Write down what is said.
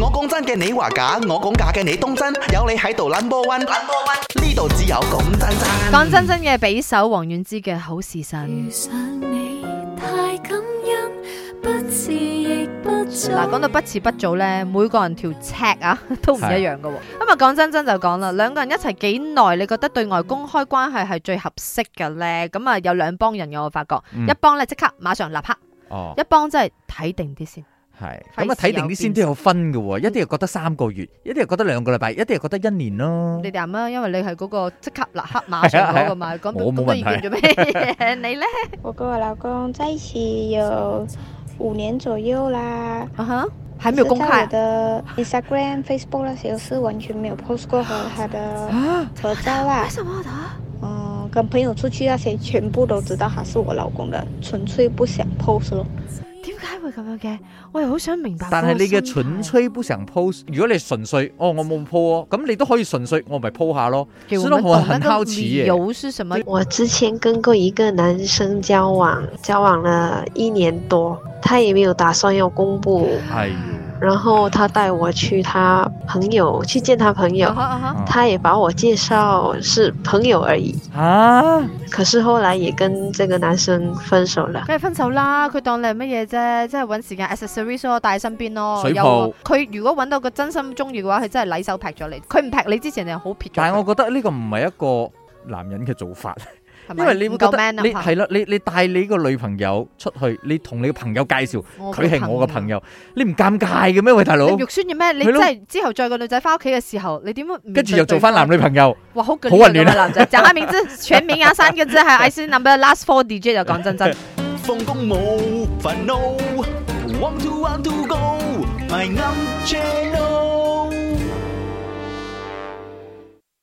我講真嘅你話假，我講假嘅你當真，有你喺度 number one，number one 呢度只有講真真。講真真嘅，俾首王菀之嘅《好時辰遇上你太感恩，不遲亦不》。早。嗱，講到不遲不早咧，每個人條尺啊 都唔一樣嘅喎。咁啊，講真真就講啦，兩個人一齊幾耐，你覺得對外公開關係係最合適嘅咧？咁啊，有兩幫人嘅，我發覺，嗯一幫咧即刻馬上立刻，哦，一幫真係睇定啲先。系費咁啊，事睇定有啲先變都有分嘅喎，一啲又覺得三個月，一啲又覺得兩個禮拜，一啲又覺得一年咯。你哋啱啊，因為你係嗰個即刻立刻馬上嗰個 嘛，咁我冇咁多意見問做咩 嘢？你咧？我跟我老公在一起有五年左右啦，啊哈，還沒有可公是在開我啊的 Instagram、Facebook 那些是完全没有 post 过和他的合照啦。为什么的？嗯，跟朋友出去那些全部都知道他是我老公的，纯粹不想 post 咯。點解會咁樣嘅？我又好想明白嗰個心態。但係你嘅蠢吹不想 post，如果你純粹哦我冇 post 哦，咁你都可以純粹我咪 post 下咯。給我雖然們我懂很那好個奇理耶由是什麼？我之前跟过一个男生交往，交往了一年多，他也没有打算要公布。係然后他带我去他朋友去见他朋友啊，哈啊哈他也把我介绍是朋友而已。啊，可是后来也跟这个男生分手了。梗係分手啦！佢當你係乜嘢啫？即係揾時間 accessories 咯，帶喺身邊咯。水有泡佢如果揾到個真心中意嘅話，佢真係禮手劈咗你。佢唔劈你之前，你係好撇咗佢。但係我覺得呢個唔係一個男人嘅做法。係咪因為你會唔覺夠得 man 啊你怕係啦，你你帶你個女朋友出去，你同你嘅朋友介紹我佢係我嘅朋友。友，你唔尷尬嘅咩？喂，大佬嗯你，肉酸嘅咩？你係真咯係之後再個女仔翻屋企嘅時候，你點會跟住又做翻男女？女朋友，哇，好好混亂啊啊！男仔講下名字，全名啊，三個字係 IC number last four digit 就講真真。放工冇煩惱，want to want to go，咪啱 channel。